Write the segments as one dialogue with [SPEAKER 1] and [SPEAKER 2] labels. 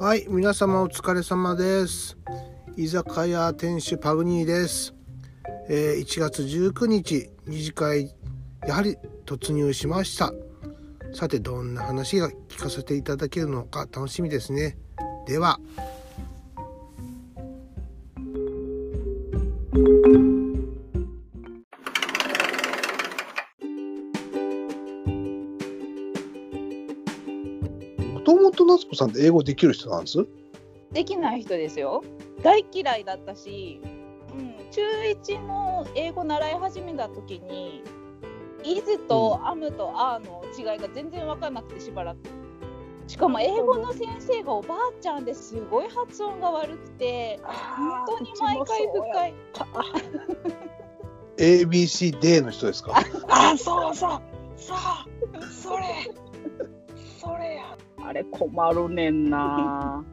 [SPEAKER 1] はい皆様お疲れ様です居酒屋店主パグニーです、えー1月19日二次会やはり突入しましたさてどんな話が聞かせていただけるのか楽しみですねでは
[SPEAKER 2] 元本夏子さんって英語できる人なんです
[SPEAKER 3] できない人ですよ大嫌いだったし、うん、中1の英語習い始めた時に「is」と「am」と「are」の違いが全然分かんなくてしばらくしかも英語の先生がおばあちゃんですごい発音が悪くて本当に毎回不快
[SPEAKER 2] ABCD の人ですか
[SPEAKER 4] あそうそうそうそれそれやあれ困るねんな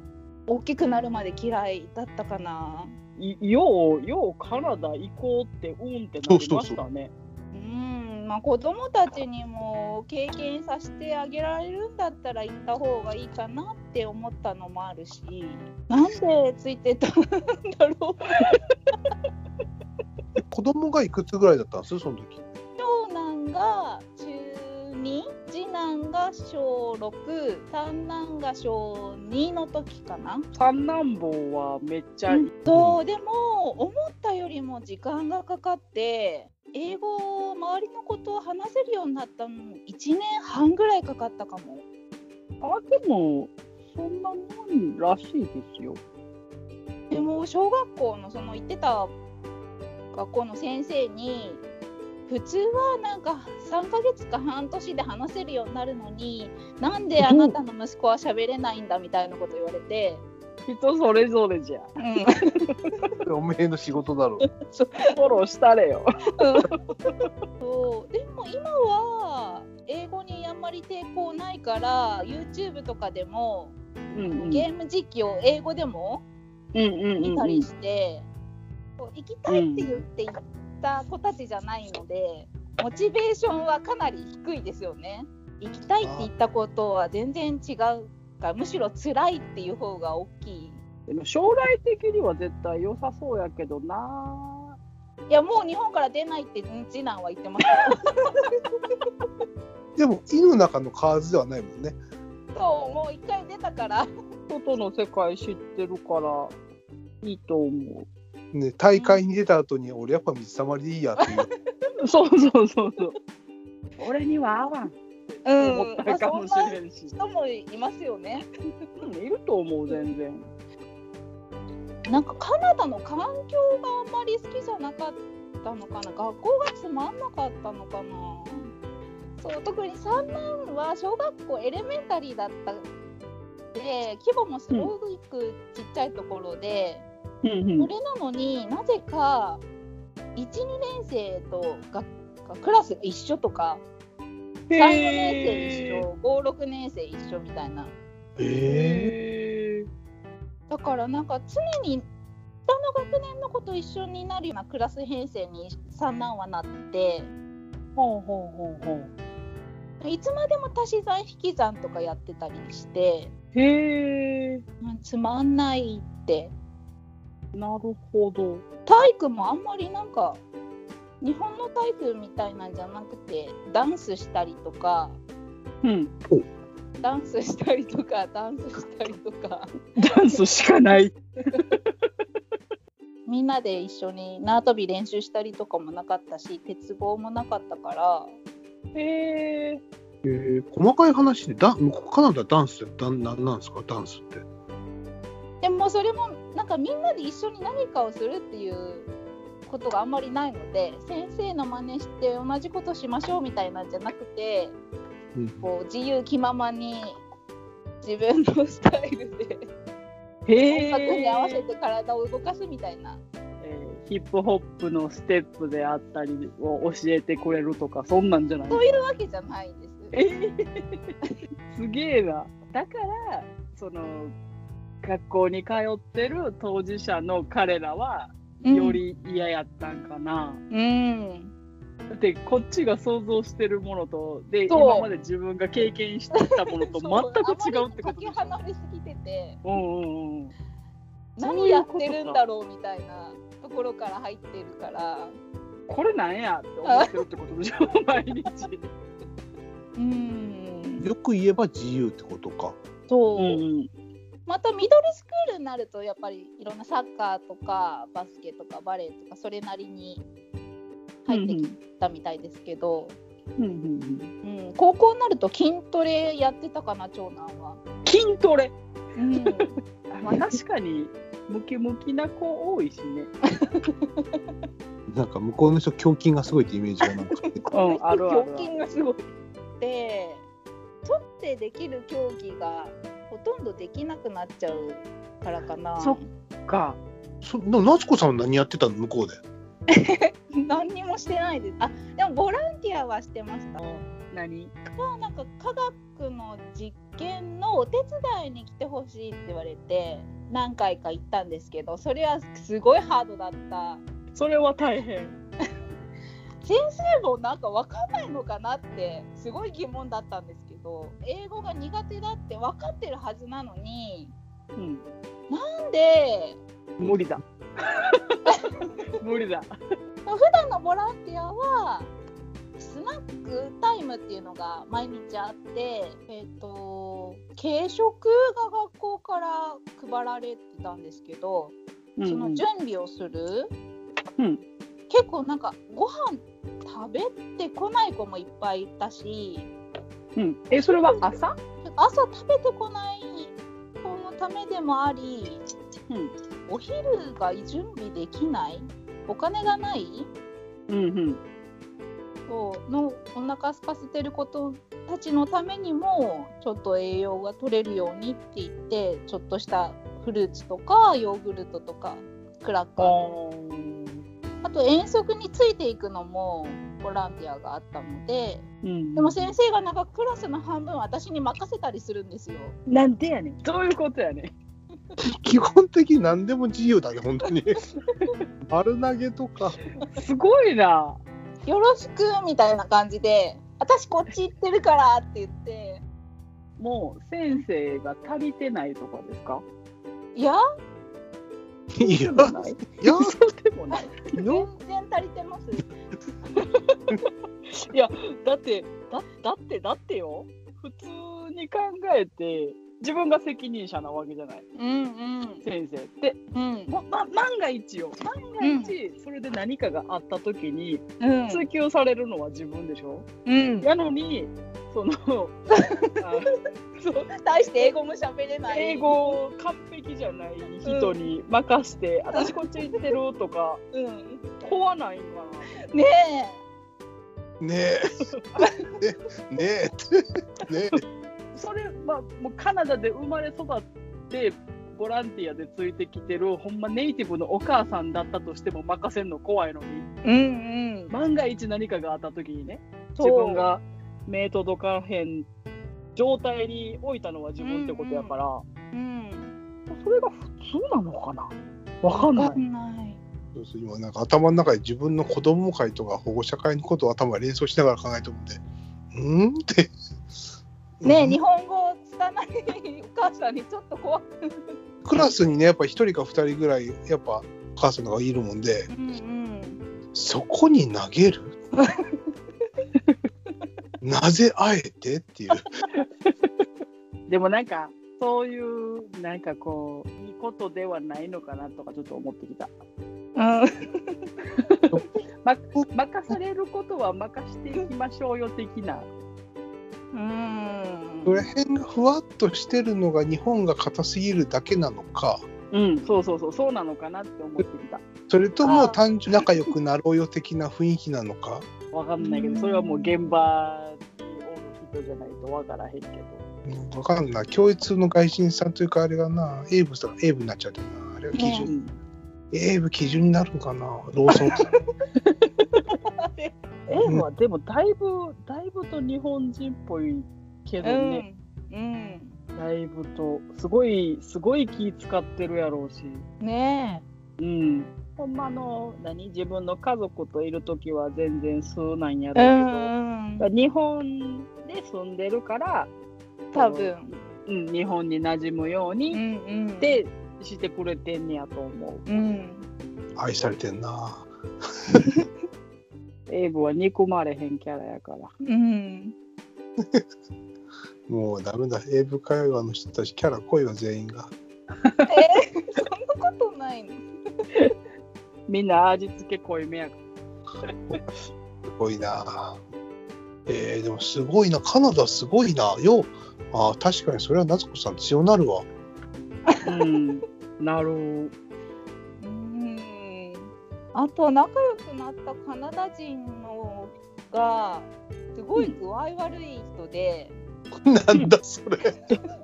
[SPEAKER 3] 大きくなるまで嫌いだったかない
[SPEAKER 4] ようようカナダ行こうってうんってなりましたね
[SPEAKER 3] うんまあ子供たちにも経験させてあげられるんだったら行った方がいいかなって思ったのもあるしなんでついてたんだろう
[SPEAKER 2] 子供がいくつぐらいだったんですその時
[SPEAKER 3] 長男が中2次男が小6三男が小2の時かな、
[SPEAKER 4] 三男坊はめっちゃ
[SPEAKER 3] そうでも思ったよりも時間がかかって英語を周りのことを話せるようになったのも1年半ぐらいかかったかも。
[SPEAKER 4] あでもそんなもんらしいですよ
[SPEAKER 3] でも小学校のその行ってた学校の先生に普通はなんか3ヶ月か半年で話せるようになるのになんであなたの息子は喋れないんだみたいなこと言われて、
[SPEAKER 4] 人それぞれじゃ
[SPEAKER 3] うん、
[SPEAKER 2] おめえの仕事だろう
[SPEAKER 4] フォローしたれよ
[SPEAKER 3] そうでも今は英語にあんまり抵抗ないから YouTube とかでも
[SPEAKER 4] うんうん
[SPEAKER 3] ゲーム実況英語でも
[SPEAKER 4] うんうん
[SPEAKER 3] 見
[SPEAKER 4] うんう
[SPEAKER 3] た
[SPEAKER 4] ん
[SPEAKER 3] りして、こう行きたいって言って行った子たちじゃないので、モチベーションはかなり低いですよね。行きたいって言ったことは全然違うからむしろ辛いっていう方が大きい。
[SPEAKER 4] でも将来的には絶対良さそうやけどない
[SPEAKER 3] やもう日本から出ないって次男は言ってます
[SPEAKER 2] でも「い」の中の数ではないもんね
[SPEAKER 3] けどもう一回出たから
[SPEAKER 4] 外の世界知ってるからいいと思
[SPEAKER 2] ね大会に出た後に俺やっぱ水たまりでいいや っていう
[SPEAKER 4] う そうそうそうそう俺には合わん
[SPEAKER 3] うん
[SPEAKER 4] 思ったかもしれんし、
[SPEAKER 3] 人もいますよね。
[SPEAKER 4] うん、いると思う全然
[SPEAKER 3] なんかカナダの環境があんまり好きじゃなかったのかな学校がつまんなかったのかなそう特に三男は小学校エレメンタリーだったので規模もすごくちっちゃいところで、
[SPEAKER 4] うん
[SPEAKER 3] それなのになぜか12年生とがクラスが一緒とか34年生一緒56年生一緒みたいな
[SPEAKER 2] え
[SPEAKER 4] え
[SPEAKER 3] だからなんか常に下の学年の子と一緒になるようなクラス編成に三男はなって
[SPEAKER 4] ほうほうほうほう
[SPEAKER 3] いつまでも足し算引き算とかやってたりして、
[SPEAKER 4] へえ
[SPEAKER 3] うんつまんないって
[SPEAKER 4] なるほど
[SPEAKER 3] 体育もあんまりなんか日本の体育みたいなんじゃなくてダンスしたりとか
[SPEAKER 4] うん
[SPEAKER 3] ダンスしたりとかダンスしたりとか
[SPEAKER 4] ダンスしかない
[SPEAKER 3] みんなで一緒に縄跳び練習したりとかもなかったし鉄棒もなかったから。
[SPEAKER 4] へえ
[SPEAKER 2] え細かい話でダンカナダダンスってだんなんなんですかダンスって
[SPEAKER 3] でもそれもなんかみんなで一緒に何かをするっていうことがあんまりないので先生の真似して同じことしましょうみたいなんじゃなくて
[SPEAKER 2] うん
[SPEAKER 3] こう自由気ままに自分のスタイル で音
[SPEAKER 4] へ
[SPEAKER 3] 楽に合わせ
[SPEAKER 4] え
[SPEAKER 3] て体を動かすみたいな
[SPEAKER 4] ヒップホップのステップであったりを教えてくれるとかそんなんじゃない
[SPEAKER 3] そういうわけじゃないです。
[SPEAKER 4] えーすげえな。だから、その、学校に通ってる当事者の彼らは、
[SPEAKER 3] うん
[SPEAKER 4] より嫌やったんかな。
[SPEAKER 3] うん
[SPEAKER 4] だってこっちが想像してるものとで
[SPEAKER 3] そう
[SPEAKER 4] 今まで自分が経験してきたも のと全く違うってことで
[SPEAKER 3] あまりにかけ離れ
[SPEAKER 4] し
[SPEAKER 3] すぎてて
[SPEAKER 4] ょ。うんうんうん。
[SPEAKER 3] 何やってるんだろうみたいなところから入ってるから
[SPEAKER 4] これなんやって思ってるってことで しょ毎日。
[SPEAKER 3] うん
[SPEAKER 2] よく言えば自由ってことか。
[SPEAKER 3] そう、
[SPEAKER 4] ん。
[SPEAKER 3] またミドルスクールになるとやっぱりいろんなサッカーとかバスケとかバレーとかそれなりに入ってきたみたいですけど、
[SPEAKER 4] うんうんうん。
[SPEAKER 3] うん高校になると筋トレやってたかな長男は。
[SPEAKER 4] 筋トレ。
[SPEAKER 3] うん、
[SPEAKER 4] まあ確かにムキムキな子多いし ね。
[SPEAKER 2] なんか向こうの人胸筋がすごいってイメージがなんかあって。
[SPEAKER 4] うんあるあるある
[SPEAKER 3] 胸筋がすごい。で取ってできる競技がほとんどできなくなっちゃうからかな。
[SPEAKER 4] そっか。
[SPEAKER 2] そでも夏子さんは何やってたの向こうで。
[SPEAKER 3] 何にもしてないです。あでもボランティアはしてました。
[SPEAKER 4] 何？
[SPEAKER 3] はなんか科学の実験のお手伝いに来てほしいって言われて何回か行ったんですけどそれはすごいハードだった
[SPEAKER 4] それは大変。
[SPEAKER 3] 先生もなんか分かんないのかなってすごい疑問だったんですけど英語が苦手だって分かってるはずなのに
[SPEAKER 4] うん。
[SPEAKER 3] なんで
[SPEAKER 4] 無理だ。 無理だ。
[SPEAKER 3] 普段のボランティアはスナックタイムっていうのが毎日あって、えっと軽食が学校から配られてたんですけど、その準備をする、
[SPEAKER 4] うん
[SPEAKER 3] 結構なんかご飯食べてこない子もいっぱいいたし
[SPEAKER 4] うん。えそれは朝？
[SPEAKER 3] 朝食べてこない子のためでもあり、
[SPEAKER 4] うん
[SPEAKER 3] お昼が準備できないお金がない
[SPEAKER 4] うんうん。
[SPEAKER 3] そうのお腹空かせてる子たちのためにもちょっと栄養が取れるようにって言ってちょっとしたフルーツとかヨーグルトとかクラッカーあと遠足についていくのもボランティアがあったので
[SPEAKER 4] うん
[SPEAKER 3] でも先生がなんかクラスの半分は私に任せたりするんですよ。
[SPEAKER 4] なんでやねん。どういうことやねん。
[SPEAKER 2] 基本的に何でも自由だね本当に。丸投げとか。
[SPEAKER 4] すごいな。
[SPEAKER 3] よろしくみたいな感じで私こっち行ってるからって言って
[SPEAKER 4] もう先生が足りてないとかですか？
[SPEAKER 3] いや
[SPEAKER 2] いや
[SPEAKER 4] ない。
[SPEAKER 2] いや
[SPEAKER 4] そうでもない。
[SPEAKER 3] 全然足りてます。
[SPEAKER 4] だってだだってだってよ。普通に考えて自分が責任者なわけじゃない。
[SPEAKER 3] うんうん
[SPEAKER 4] 先生って。
[SPEAKER 3] うん
[SPEAKER 4] ま、ま、万が一よ。万が一、それで何かがあった時に
[SPEAKER 3] うん
[SPEAKER 4] 追求されるのは自分でしょ。
[SPEAKER 3] うん
[SPEAKER 4] やのにそ のあそう
[SPEAKER 3] 対して英語も喋れない
[SPEAKER 4] 英語完璧じゃない人に任して、私こっち行ってるとか。
[SPEAKER 3] うん
[SPEAKER 4] 怖ないんか
[SPEAKER 3] ね
[SPEAKER 2] ねえ。ねえって。ねえ。
[SPEAKER 4] なそれ、まあ、もうカナダで生まれ育ってボランティアでついてきてるほんまネイティブのお母さんだったとしても任せんの怖いのに
[SPEAKER 3] えうんうん
[SPEAKER 4] 万が一何かがあった時にね
[SPEAKER 3] そう
[SPEAKER 4] 自分が目届かへん状態に置いたのは自分ってことやから、
[SPEAKER 3] うん
[SPEAKER 4] それが普通なのかなわかんない
[SPEAKER 3] わか。んない
[SPEAKER 2] そうそう今なんか頭の中で自分の子供会とか保護者会のことを頭で連想しながら考えてるんで。うん って。
[SPEAKER 3] ねえ
[SPEAKER 2] うん
[SPEAKER 3] 日本語拙いお母さんにちょっと怖く
[SPEAKER 2] クラスにねやっぱ一人か二人ぐらいやっぱお母さんがいるもんで
[SPEAKER 3] うんうん
[SPEAKER 2] そこに投げ るなぜあえてっていう
[SPEAKER 4] でもなんかそういうなんかこういいことではないのかなとかちょっと思ってきた。ま、任されることは任していきましょうよ的な。
[SPEAKER 3] うん
[SPEAKER 2] それ辺がふわっとしてるのが日本が硬すぎるだけなのか
[SPEAKER 4] うん、そうそうそう、そうなのかなって思ってきた。
[SPEAKER 2] それとも
[SPEAKER 3] あ
[SPEAKER 2] 単純に仲良くなろうよ的な雰囲気なのか
[SPEAKER 4] わかんないけど、それはもう現場におる人じゃないとわからへんけど。
[SPEAKER 2] うんわかんない共通の外人さんというかあれがなエイブさんエイブになっちゃってるなあれは基
[SPEAKER 4] う
[SPEAKER 2] 準、
[SPEAKER 4] ん、
[SPEAKER 2] エイブ基準になるのかなローソン
[SPEAKER 4] 英語はでもだいぶ、だいぶと日本人っぽいけどね、
[SPEAKER 3] うん
[SPEAKER 4] だいぶと、すごい、すごい気使ってるやろうし。
[SPEAKER 3] ね
[SPEAKER 4] うん、ほんまあの何自分の家族といる時は全然そうなんやろう
[SPEAKER 3] う
[SPEAKER 4] けど、
[SPEAKER 3] ん
[SPEAKER 4] だから日本で住んでるから
[SPEAKER 3] 多分
[SPEAKER 4] うん、日本に馴染むよう
[SPEAKER 3] う
[SPEAKER 4] に
[SPEAKER 3] んうん
[SPEAKER 4] でしてくれてんねやと思う。
[SPEAKER 3] うん
[SPEAKER 2] 愛されてんな
[SPEAKER 4] 英語は憎まれへんキャラやから。
[SPEAKER 3] うん
[SPEAKER 2] もうダメだ英語会話の人たちキャラ濃いわ全員が
[SPEAKER 3] えーそんなことないの
[SPEAKER 4] みんな味付け濃いめやか
[SPEAKER 2] すごいなえー、でもすごいなカナダすごいなようあー確かにそれは夏子さん強なるわ
[SPEAKER 4] ら。うん、なる
[SPEAKER 3] うんあと仲良くなったカナダ人のがすごい具合悪い人で、
[SPEAKER 2] なんだそれ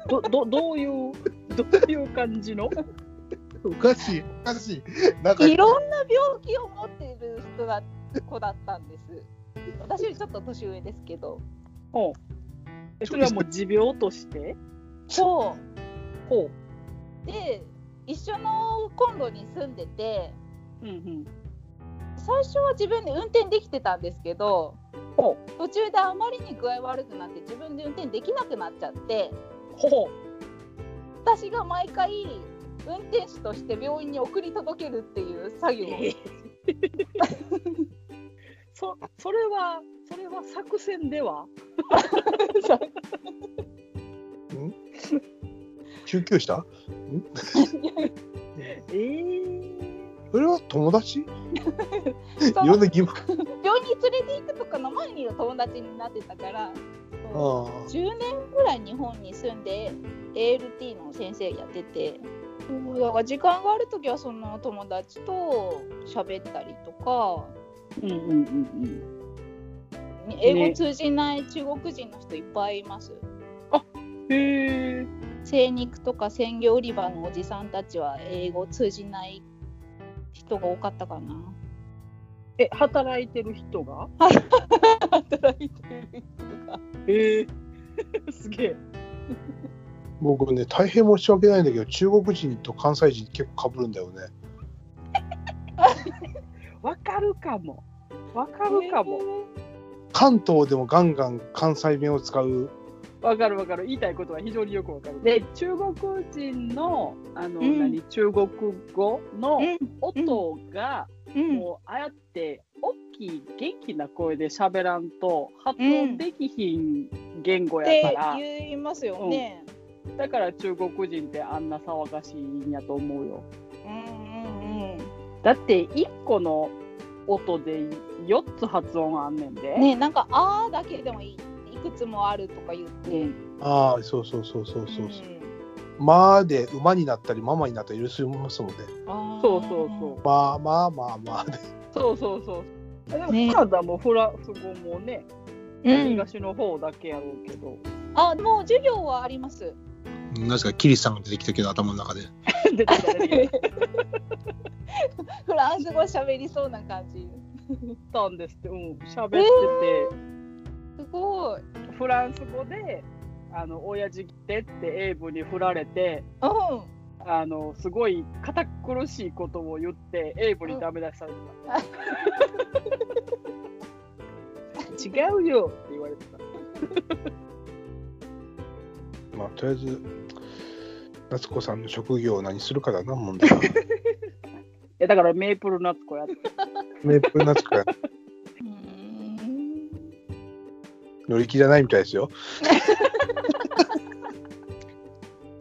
[SPEAKER 4] どどどういうどういう感じの
[SPEAKER 2] おかしいおかしいなんか
[SPEAKER 3] いろんな病気を持っている人だ子だったんです私よりちょっと年上ですけど
[SPEAKER 4] ほうえそれはもう持病として
[SPEAKER 3] そう
[SPEAKER 4] ほ
[SPEAKER 3] で一緒のコンロに住んでて
[SPEAKER 4] う。うん
[SPEAKER 3] 最初は自分で運転できてたんですけど
[SPEAKER 4] ほ
[SPEAKER 3] 途中であまりに具合悪くなって自分で運転できなくなっちゃって
[SPEAKER 4] うん。ほ
[SPEAKER 3] 私が毎回運転手として病院に送り届けるっていう作
[SPEAKER 4] う
[SPEAKER 3] 業を。
[SPEAKER 4] そそれはそれは作戦では
[SPEAKER 2] 救急車
[SPEAKER 4] えー、
[SPEAKER 2] それは友達い
[SPEAKER 3] そ
[SPEAKER 2] ろん
[SPEAKER 3] の
[SPEAKER 2] な疑問
[SPEAKER 3] 病院に連れて行くとかの前に友達になってたから
[SPEAKER 2] あー
[SPEAKER 3] 10年ぐらい日本に住んで ALT の先生やっててそうだから時間がある時はその友達と喋ったりとか
[SPEAKER 4] うんうんうんうん。
[SPEAKER 3] 英語通じない中国人の人いっぱいいます。
[SPEAKER 4] へえ。
[SPEAKER 3] 精肉とか鮮魚売り場のおじさんたちは英語通じない人が多かったかな。
[SPEAKER 4] え、働いてる人が
[SPEAKER 3] 働いてる人が。
[SPEAKER 4] へえ。 すげえ。
[SPEAKER 2] 僕ね大変申し訳ないんだけど中国人と関西人結構被るんだよね
[SPEAKER 4] わかるかも。わかるかも。
[SPEAKER 2] 関東でもガンガン関西弁を使う
[SPEAKER 4] わかるわかる。言いたいことは非常によくわかる。で、中国人の、あの、
[SPEAKER 3] うん
[SPEAKER 4] 何、中国語の
[SPEAKER 3] うん
[SPEAKER 4] 音が、
[SPEAKER 3] うん、
[SPEAKER 4] もう、ああやって、大きい元気な声で喋らんと、発音できひん言語
[SPEAKER 3] っ
[SPEAKER 4] やか
[SPEAKER 3] て
[SPEAKER 4] ら、
[SPEAKER 3] 言いますよね。
[SPEAKER 4] だから中国人ってあんな騒がしいんやと思うよ。
[SPEAKER 3] うんうんうん。
[SPEAKER 4] だって1個の音で4つ発音あんねんで、
[SPEAKER 3] ねえなんか「あ」だけでもいい。いくつもあるとか言って。
[SPEAKER 2] ああそうそうそうそうそうそう、
[SPEAKER 3] ん
[SPEAKER 2] まあで馬になったりママになったり許すますもんね
[SPEAKER 3] あー
[SPEAKER 4] そうそうそう
[SPEAKER 2] まあまあまあまあで
[SPEAKER 4] そうそうそうでも
[SPEAKER 3] ね
[SPEAKER 4] カナダもフランス語もね、
[SPEAKER 3] うん、
[SPEAKER 4] 東の方だけやろうけど
[SPEAKER 3] あもう授業はあります。
[SPEAKER 2] なぜかキリさんが出てきたけど頭の中で
[SPEAKER 4] 出てきたね
[SPEAKER 3] フランス語喋りそうな感じ。
[SPEAKER 4] 言ったんですってうん喋ってて、
[SPEAKER 3] すごい。
[SPEAKER 4] フランス語で「あの親父来て」って英語に振られて
[SPEAKER 3] うん。
[SPEAKER 4] あのすごい堅苦しいことを言って英語にダメ出しされてた、違うよって言われてた
[SPEAKER 2] まあとりあえず夏子さんの職業を何するかだな問題は
[SPEAKER 4] えだからメープルナッツこうやって
[SPEAKER 2] メープル夏子が
[SPEAKER 3] うん
[SPEAKER 2] 乗り気じゃないみたいですよ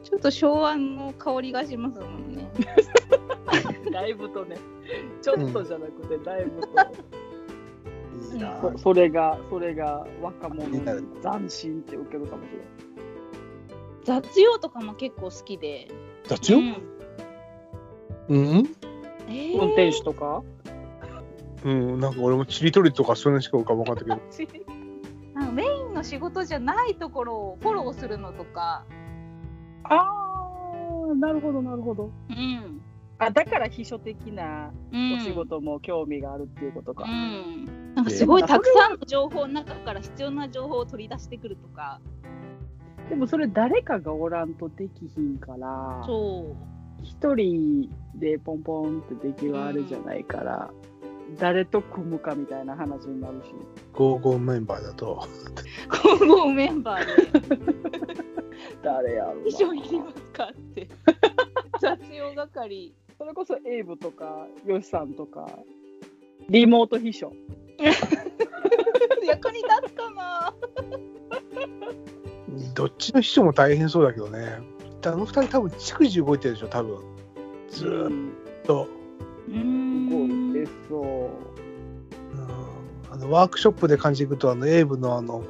[SPEAKER 3] ちょっと昭和の香りがしますもんね。
[SPEAKER 4] だいぶとねちょっとじゃなくてだいぶと、
[SPEAKER 2] いいな
[SPEAKER 4] そそれがそれが若者に
[SPEAKER 2] みんなで
[SPEAKER 4] 斬新って受けるかもしれない
[SPEAKER 3] 雑用とかも結構好きで。
[SPEAKER 2] 雑用うん、
[SPEAKER 3] うんえー
[SPEAKER 4] 運転手とか
[SPEAKER 2] うん、なんか俺もちりとりとかそういうのしか浮かばなかったけど
[SPEAKER 3] なんかメインの仕事じゃないところをフォローするのとか。
[SPEAKER 4] ああなるほどなるほど
[SPEAKER 3] うん。
[SPEAKER 4] あだから秘書的な
[SPEAKER 3] うん
[SPEAKER 4] お仕事も興味があるっていうこと
[SPEAKER 3] う
[SPEAKER 4] か、
[SPEAKER 3] ん。なんかすごいたくさんの情報の中から必要な情報を取り出してくるとか。
[SPEAKER 4] でもそれ誰かがおらんとできひんから
[SPEAKER 3] そ
[SPEAKER 4] 一人でポンポンって出来はあるじゃないから、誰と組むかみたいな話になるし。
[SPEAKER 2] ゴーゴーメンバーだと、
[SPEAKER 3] 今後メンバーで
[SPEAKER 4] 誰やろうな
[SPEAKER 3] 衣装いりますかっ て雑用係
[SPEAKER 4] それこそエイブとかヨシさんとかリモート秘書
[SPEAKER 3] 役に立つかな
[SPEAKER 2] どっちの秘書も大変そうだけどね。あの二人多分逐次動いてるでしょ、多分。ず
[SPEAKER 4] う
[SPEAKER 2] ーっ
[SPEAKER 4] ん
[SPEAKER 2] と。
[SPEAKER 3] う
[SPEAKER 4] こうんでそう
[SPEAKER 2] うんあのワークショップで感じていくとあの英文のあの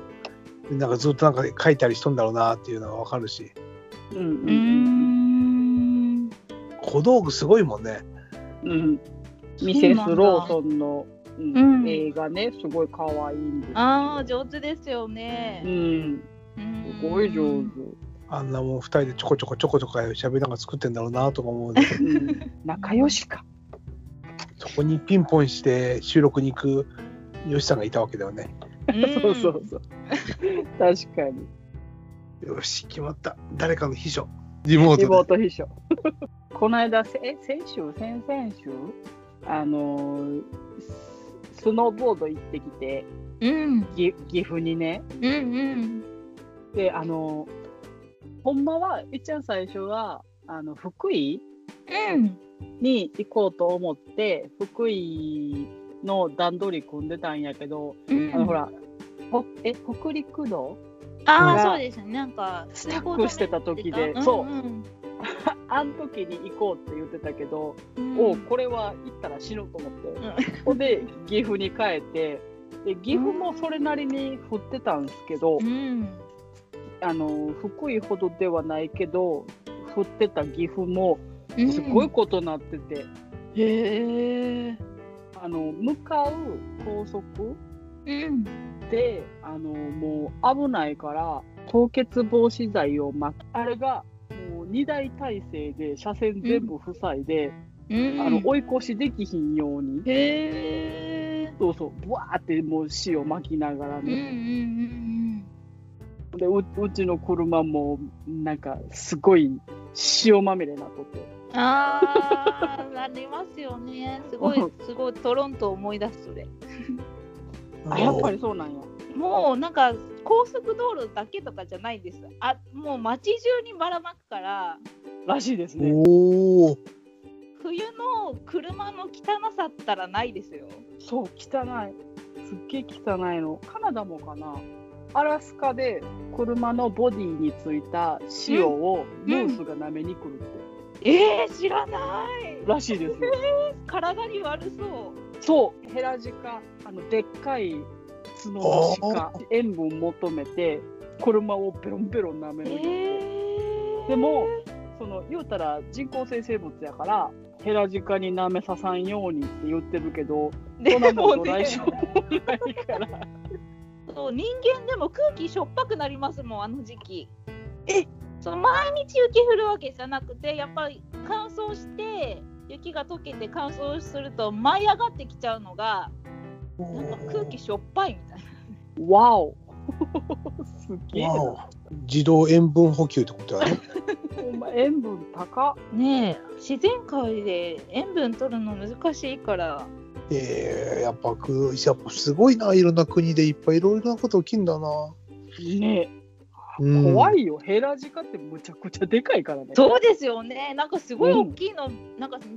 [SPEAKER 2] なんかずっとなんか書いたりしとんだろうなっていうのはわかるし
[SPEAKER 4] うん
[SPEAKER 3] う
[SPEAKER 4] うん
[SPEAKER 3] ん
[SPEAKER 2] 小道具すごいもんね
[SPEAKER 4] うんミセス・ローソンの、うん
[SPEAKER 3] うん
[SPEAKER 4] 映画ねすごい可愛いんですよ
[SPEAKER 3] ああ上手ですよね
[SPEAKER 4] う、ん
[SPEAKER 3] うん
[SPEAKER 4] すごい上
[SPEAKER 2] あんなもん二人でちょこちょこちょこちょこ喋りながら作ってんだろうなとか思うんで
[SPEAKER 4] 手、うん、仲良しか
[SPEAKER 2] そこにピンポンして収録に行く吉さんがいたわけだよね
[SPEAKER 3] うん
[SPEAKER 4] そうそうそう確かに
[SPEAKER 2] よし決まった誰かの秘書リモ
[SPEAKER 4] リモ
[SPEAKER 2] ー
[SPEAKER 4] ー
[SPEAKER 2] ト
[SPEAKER 4] ト秘書 この間せえ先週先々週あのーススノーボード行ってきて
[SPEAKER 3] うん
[SPEAKER 4] ぎ岐阜にね
[SPEAKER 3] うんうん
[SPEAKER 4] であのほんまはいっちゃん最初はあの福井
[SPEAKER 3] うん
[SPEAKER 4] に行こうと思って福井の段取り組んでたんやけど、
[SPEAKER 3] うん
[SPEAKER 4] あのほらほえ北陸道
[SPEAKER 3] ああ
[SPEAKER 4] が
[SPEAKER 3] そうですねなんか
[SPEAKER 4] タッグしてた時で
[SPEAKER 3] そ
[SPEAKER 4] そううんあん時に行こうって言ってたけど、
[SPEAKER 3] うん
[SPEAKER 4] おうこれは行ったら死ぬと思って、ほんで岐阜に帰ってで岐阜もそれなりに降ってたんですけど、
[SPEAKER 3] うん
[SPEAKER 4] あの福井ほどではないけど降ってた岐阜も
[SPEAKER 3] うん
[SPEAKER 4] すごいことになってて。
[SPEAKER 3] へえ
[SPEAKER 4] あの向かう高速
[SPEAKER 3] うん
[SPEAKER 4] であのもう危ないから凍結防止剤を巻きあれがもう2台体制で車線全部塞いで、
[SPEAKER 3] うん
[SPEAKER 4] あの追い越しできひんように、
[SPEAKER 3] へえ
[SPEAKER 4] そうそうブワーってもう塩巻きながら
[SPEAKER 3] うんうん
[SPEAKER 4] ね、でううちの車もなんかすごい塩まみれになっとって
[SPEAKER 3] うんああなりますよねすごいすごいトロンと思い出すそれ
[SPEAKER 4] あやっぱりそうなんや
[SPEAKER 3] もうなんか高速道路だけとかじゃないんですあもう街中にばらまくから
[SPEAKER 4] らしいですね
[SPEAKER 2] おお
[SPEAKER 3] 冬の車の汚さったらないですよ
[SPEAKER 4] そう汚いすっげえ汚いのカナダもかなアラスカで車のボディについた塩をムースが舐めに来るって、
[SPEAKER 3] えー、知らない
[SPEAKER 4] らしいですよ
[SPEAKER 3] 体に悪そう
[SPEAKER 4] そうヘラジカあのでっかい角の鹿
[SPEAKER 2] あ
[SPEAKER 4] 塩分求めて車をペロンペロン舐め
[SPEAKER 3] え
[SPEAKER 4] るって、
[SPEAKER 3] ー、
[SPEAKER 4] でもその言うたら人工生成物やからヘラジカに舐めささんようにって言ってるけど
[SPEAKER 3] で
[SPEAKER 4] そんな
[SPEAKER 3] も
[SPEAKER 4] もんどない
[SPEAKER 3] ね
[SPEAKER 4] しょうもないから
[SPEAKER 3] そう人間でも空気しょっぱくなりますもんあの時期えその毎日雪降るわけじゃなくてやっぱり乾燥して雪が溶けて乾燥すると舞い上がってきちゃうのがなんか空気しょっぱいみたいな
[SPEAKER 4] わ おすげえな
[SPEAKER 2] わお自動塩分補給ってことだね
[SPEAKER 4] お前塩分高
[SPEAKER 3] ねえ自然界で塩分取るの難しいから
[SPEAKER 2] えー、やっぱくやっぱすごいないろんな国でいっぱいいろいろなこと起きんだな、
[SPEAKER 4] ね
[SPEAKER 2] うん
[SPEAKER 4] 怖いよヘラジカってむちゃくちゃでかいからね
[SPEAKER 3] そうですよねなんかすごい
[SPEAKER 4] うん
[SPEAKER 3] 大きいの、なんか23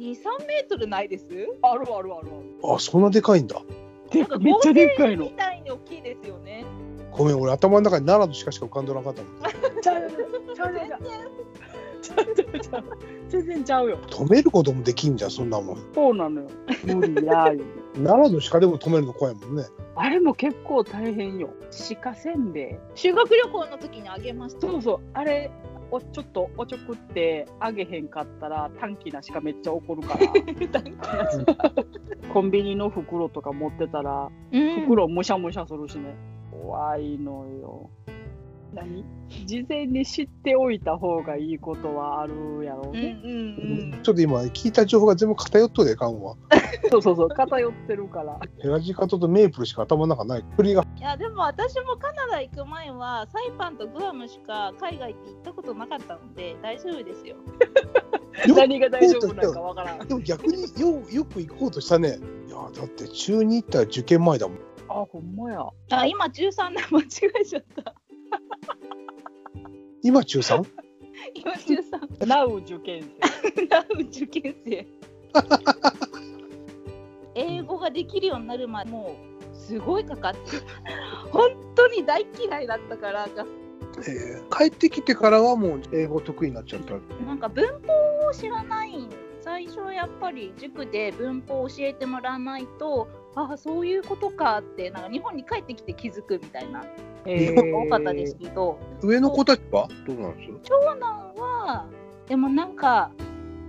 [SPEAKER 3] メートルないです
[SPEAKER 4] あるあるある
[SPEAKER 2] あそんなでかいんだ
[SPEAKER 4] あるで
[SPEAKER 3] なんか
[SPEAKER 4] めっちゃでっか
[SPEAKER 3] み
[SPEAKER 4] いの
[SPEAKER 3] たいに大きいですよね
[SPEAKER 2] ごめん俺頭の中に奈良の鹿しか浮かんでなかったもん
[SPEAKER 4] ちゃうちゃうちゃうちゃうちゃう全然ちゃうよ
[SPEAKER 2] 止めることもできんじゃんそんなもん
[SPEAKER 4] そうなのよ無理やよ
[SPEAKER 2] 奈良の鹿でも止めるの怖いもんね
[SPEAKER 4] あれも結構大変よ鹿せんべい
[SPEAKER 3] 修学旅行の時にあげました
[SPEAKER 4] そうそうあれおちょっとおちょくってあげへんかったら短気な鹿めっちゃ怒る からコンビニの袋とか持ってたら
[SPEAKER 3] うん、
[SPEAKER 4] 袋むしゃむしゃするしね、怖いのよ何事前に知っておいた方がいいことはあるやろ
[SPEAKER 3] うんうんうん
[SPEAKER 2] ちょっと今聞いた情報が全部偏っとるでかんわ
[SPEAKER 4] そうそうそう偏ってるから
[SPEAKER 2] ヘラジカとメープルしか頭の中ない栗が
[SPEAKER 3] いやでも私もカナダ行く前はサイパンとグアムしか海外って行ったことなかったので大丈夫ですよ
[SPEAKER 2] よ
[SPEAKER 4] 何が大丈夫なのかわからん。あ、
[SPEAKER 2] でも逆にようよく行こうとしたね。いやだって中2行ったら受験前だもん。
[SPEAKER 4] ほんま や。
[SPEAKER 3] あ今13年間違えちゃった
[SPEAKER 2] 今中 3?
[SPEAKER 3] 今13
[SPEAKER 4] なう受験
[SPEAKER 3] な受験生 英語ができるようになる前もうすごいかかって 本当に大嫌いだったから
[SPEAKER 2] えー帰ってきてからはもう英語得意になっちゃった。
[SPEAKER 3] なんか文法を知らない最初やっぱり塾で文法を教えてもらわないとああそういうことかってなんか日本に帰ってきて気づくみたいな
[SPEAKER 4] 生。
[SPEAKER 2] 日
[SPEAKER 4] え
[SPEAKER 2] 本
[SPEAKER 3] 多かったですけど、
[SPEAKER 2] 上の子たちはどうなんです
[SPEAKER 3] 長男はでもなんか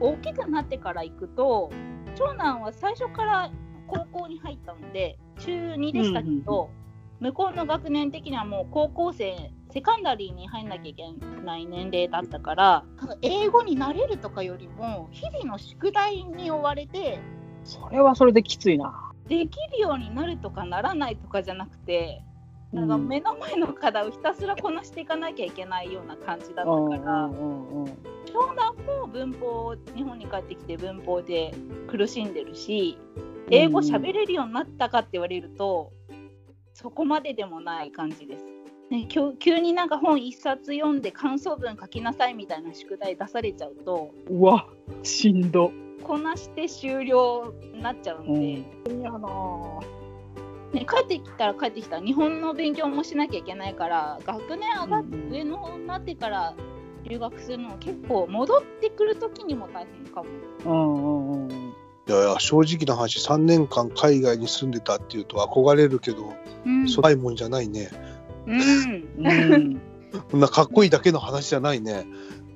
[SPEAKER 3] 大きくなってから行くと長男は最初から高校に入ったので中2でしたけど、向こうの学年的にはもう高校生セカンダリーに入んなきゃいけない年齢だったからなんか英語になれるとかよりも日々の宿題に追われて
[SPEAKER 4] それはそれできついな。
[SPEAKER 3] できるようになるとかならないとかじゃなくて。なんか
[SPEAKER 4] うん
[SPEAKER 3] 目の前の課題をひたすらこなしていかなきゃいけないような感じだった
[SPEAKER 4] うんう
[SPEAKER 3] から、
[SPEAKER 4] んうんうん。
[SPEAKER 3] 長男も文法日本に帰ってきて文法で苦しんでるし英語喋れるようになったかって言われると、そこまででもない感じです。ね、きょ急になんか本一冊読んで感想文書きなさいみたいな宿題出されちゃうと
[SPEAKER 4] うわ、しんど。
[SPEAKER 3] こなして終了になっちゃうので、
[SPEAKER 4] うん
[SPEAKER 3] ね、
[SPEAKER 4] やなぁ。
[SPEAKER 3] 帰ってきたら帰ってきたら日本の勉強もしなきゃいけないから学年上がっ
[SPEAKER 4] うんうん
[SPEAKER 3] 上の方になってから留学するのは結構戻ってくる時にも大変かも。
[SPEAKER 4] うんうんうん。
[SPEAKER 2] かいやいや正直な話3年間海外に住んでたっていうと憧れるけど、
[SPEAKER 3] うん
[SPEAKER 2] そないもんじゃないね。
[SPEAKER 3] うん、
[SPEAKER 4] うん。
[SPEAKER 2] そんなかっこいいだけの話じゃないね。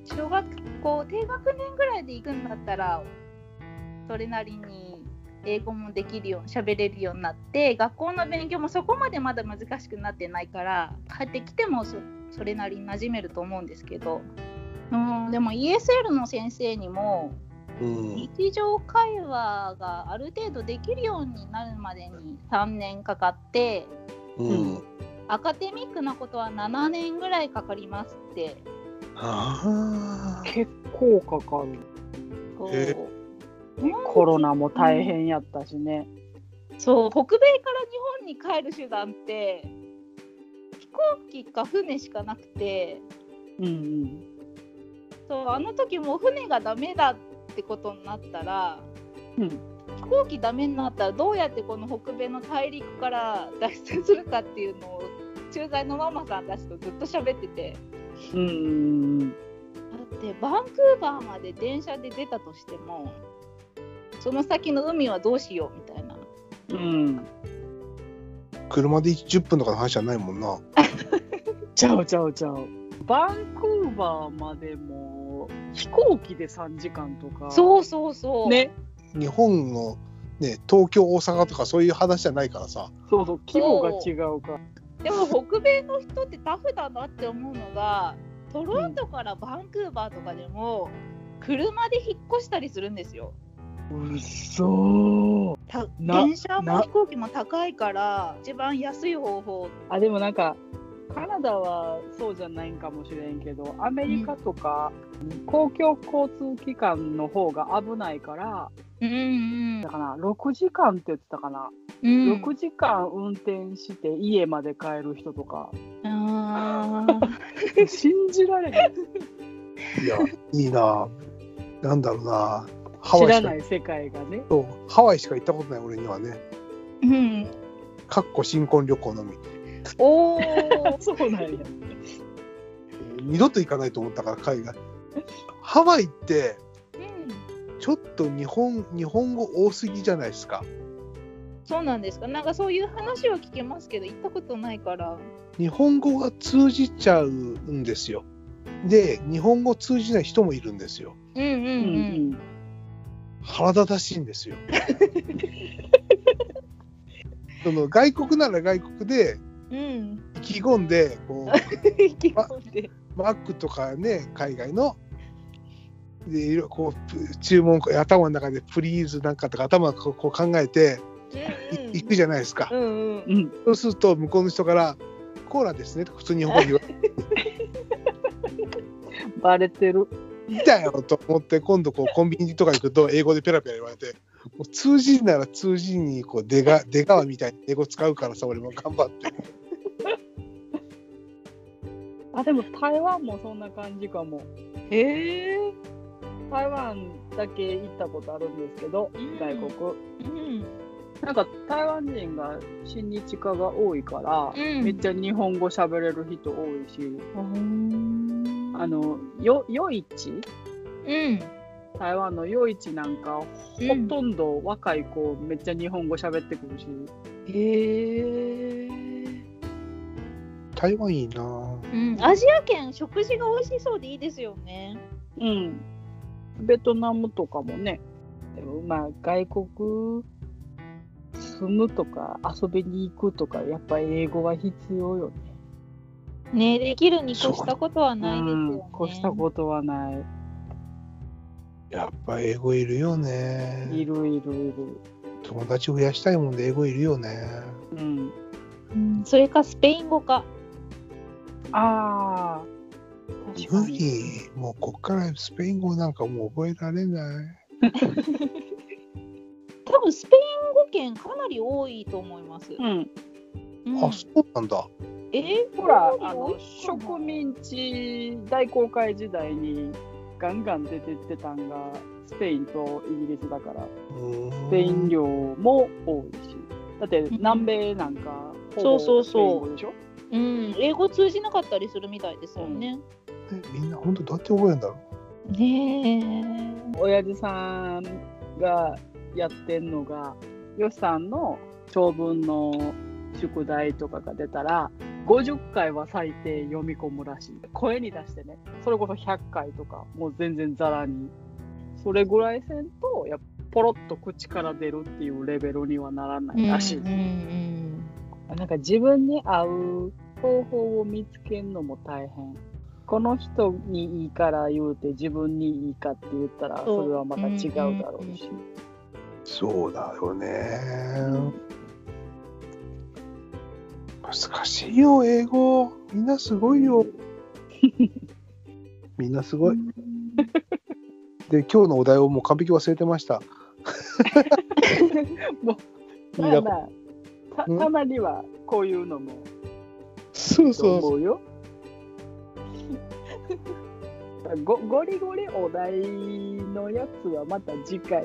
[SPEAKER 3] 小学校低学年ぐらいで行くんだったらそれなりに英語もできるよう喋れるようになって学校の勉強もそこまでまだ難しくなってないから帰ってきてもそそれなりに馴染めると思うんですけどうんでも ESL の先生にも
[SPEAKER 2] うん。
[SPEAKER 3] 日常会話がある程度できるようになるまでに3年かかって
[SPEAKER 2] うん。
[SPEAKER 3] アカデミックなことは7年ぐらいかかりますって
[SPEAKER 2] ああ。
[SPEAKER 4] 結構かかる。
[SPEAKER 3] こう
[SPEAKER 2] へえ
[SPEAKER 4] コロナも大変やったしね。
[SPEAKER 3] そう北米から日本に帰る手段って飛行機か船しかなくて
[SPEAKER 4] うん
[SPEAKER 3] そうあの時もう船がダメだってことになったら、
[SPEAKER 4] うん
[SPEAKER 3] 飛行機ダメになったらどうやってこの北米の大陸から脱出するかっていうのを駐在のママさんたちとずっと喋ってて
[SPEAKER 4] うん。うんうんうん。
[SPEAKER 3] だってバンクーバーまで電車で出たとしてもその先の海はどうしようみたいな。
[SPEAKER 4] うん。
[SPEAKER 2] 車で10分とかの話じゃないもんな。
[SPEAKER 4] ちゃうちゃうちゃう。バンクーバーまでも飛行機で3時間とか。
[SPEAKER 3] そうそうそう。
[SPEAKER 4] ね。
[SPEAKER 2] 日本のね東京大阪とかそういう話じゃないからさ。
[SPEAKER 4] そうそう、規模が違うから。
[SPEAKER 3] でも北米の人ってタフだなって思うのがトロントからバンクーバーとかでも車で引っ越したりするんですよ。
[SPEAKER 4] うっそー
[SPEAKER 3] た
[SPEAKER 4] な
[SPEAKER 3] 電車も
[SPEAKER 4] な
[SPEAKER 3] 飛行機も高いから一番安い方法
[SPEAKER 4] あ、でもなんか、カナダはそうじゃないんかもしれんけど、アメリカとか、公共交通機関の方が危ないから、
[SPEAKER 3] うんうん
[SPEAKER 4] だから6時間って言ってたかな。
[SPEAKER 3] うん
[SPEAKER 4] 6時間運転して家まで帰る人とか、
[SPEAKER 3] あ
[SPEAKER 4] 信じられない。
[SPEAKER 2] いやいいな。なんだろうな。ハ
[SPEAKER 4] 知
[SPEAKER 2] ワイ
[SPEAKER 4] ら
[SPEAKER 2] しか
[SPEAKER 4] ない世界がね。
[SPEAKER 2] そうハワイしか行ったことない俺にはね。
[SPEAKER 3] ーうん
[SPEAKER 2] かっこ新婚旅行のみ。
[SPEAKER 3] おお
[SPEAKER 4] そうなんや。
[SPEAKER 2] 二度と行かないと思ったから海外。ハワイってちょっと日本日本語多すぎじゃないですか。
[SPEAKER 3] そうなんですかなんかそういう話を聞けますけど行ったことないから
[SPEAKER 2] 日本語が通じちゃうんですよ。で日本語通じない人もいるんですよ。
[SPEAKER 3] うんうん
[SPEAKER 4] うんうん。
[SPEAKER 2] 腹立たしいんですよ。その外国なら外国で
[SPEAKER 3] うん、うん、
[SPEAKER 2] 意気込んでこ
[SPEAKER 3] 意気込んで
[SPEAKER 2] うマックとかね海外のでいろいろこうぷ注文頭の中でプリーズなんかとか頭こうこう考えてい行くじゃないですか
[SPEAKER 3] う。んうん
[SPEAKER 4] うん
[SPEAKER 2] そうすると向こうの人から 「コーラですね」と普通に日本語で言われて
[SPEAKER 4] バレてる。
[SPEAKER 2] 見たよと思って今度こうコンビニとか行くと英語でペラペラ言われてもう通じんなら通じんにこう出が出川みたいに英語使うからさ俺も頑張って
[SPEAKER 4] あでも台湾もそんな感じかも。
[SPEAKER 3] へえ。
[SPEAKER 4] 台湾だけ行ったことあるんですけど、
[SPEAKER 3] うん
[SPEAKER 4] 外国。
[SPEAKER 3] うん。
[SPEAKER 4] なんか台湾人が親日家が多いから、
[SPEAKER 3] うん
[SPEAKER 4] めっちゃ日本語喋れる人多いし、
[SPEAKER 3] うん。
[SPEAKER 4] あのよ夜市
[SPEAKER 3] うん。
[SPEAKER 4] 台湾の夜市なんか、ほとんど若い子めっちゃ日本語喋ってくるし、
[SPEAKER 3] へえ。
[SPEAKER 2] 台湾いいなぁ
[SPEAKER 3] うん。アジア圏食事が美味しそうでいいですよね。
[SPEAKER 4] うん、ベトナムとかもねでもまあ外国住むとか遊びに行くとかやっぱ英語は必要よね。
[SPEAKER 3] ねできるに越したことはないですよね。
[SPEAKER 4] うん、越したことはない。
[SPEAKER 2] やっぱ英語いるよ
[SPEAKER 4] い
[SPEAKER 2] ね
[SPEAKER 4] るいるいる。
[SPEAKER 2] 友達増やしたいもんで英語いるよね
[SPEAKER 4] うん、
[SPEAKER 3] うんそれかスペイン語か。
[SPEAKER 4] ああ。確
[SPEAKER 2] 無
[SPEAKER 4] かに。
[SPEAKER 2] 理もうこっからスペイン語なんかもう覚えられない
[SPEAKER 3] 多分スペイン語圏かなり多いと思います。
[SPEAKER 4] うん、
[SPEAKER 3] うん
[SPEAKER 2] あそうなんだ
[SPEAKER 3] え
[SPEAKER 4] ほら
[SPEAKER 3] 多い
[SPEAKER 4] あの
[SPEAKER 3] 多いかな
[SPEAKER 4] 植民地大航海時代にガンガン出てってたんがスペインとイギリスだからス
[SPEAKER 2] ス
[SPEAKER 4] ペイン領も多いし、だって南米なんか、ほぼ
[SPEAKER 3] そうそうそう
[SPEAKER 4] スペイン語でしょ
[SPEAKER 3] うん、英語通じなかったりするみたいですよね。
[SPEAKER 2] みんな本当どうやって覚えるんだろ
[SPEAKER 3] ね
[SPEAKER 4] 親父さんがやってんのが、よしさんの長文の宿題とかが出たら、50回は最低読み込むらしい。声に出してね、それこそ100回とか、もう全然ざらに。それぐらいせんと、やっぱポロッと口から出るっていうレベルにはならな
[SPEAKER 3] え。
[SPEAKER 4] いらしい。
[SPEAKER 3] うん
[SPEAKER 4] なんか自分に合う方法を見つけるのも大変。この人にいいから言うて自分にいいかって言ったら
[SPEAKER 3] そう
[SPEAKER 4] それはまた違うだろうし。
[SPEAKER 2] うそうだよね難しいよ英語みんなすごいよみんなすごいで今日のお題をもう完璧忘れてましたみんな
[SPEAKER 4] ただた
[SPEAKER 2] うん
[SPEAKER 4] たまにはこういうのも
[SPEAKER 2] そう
[SPEAKER 4] と
[SPEAKER 2] そう
[SPEAKER 4] 思うよ。 ごゴリゴリお題のやつはまた次回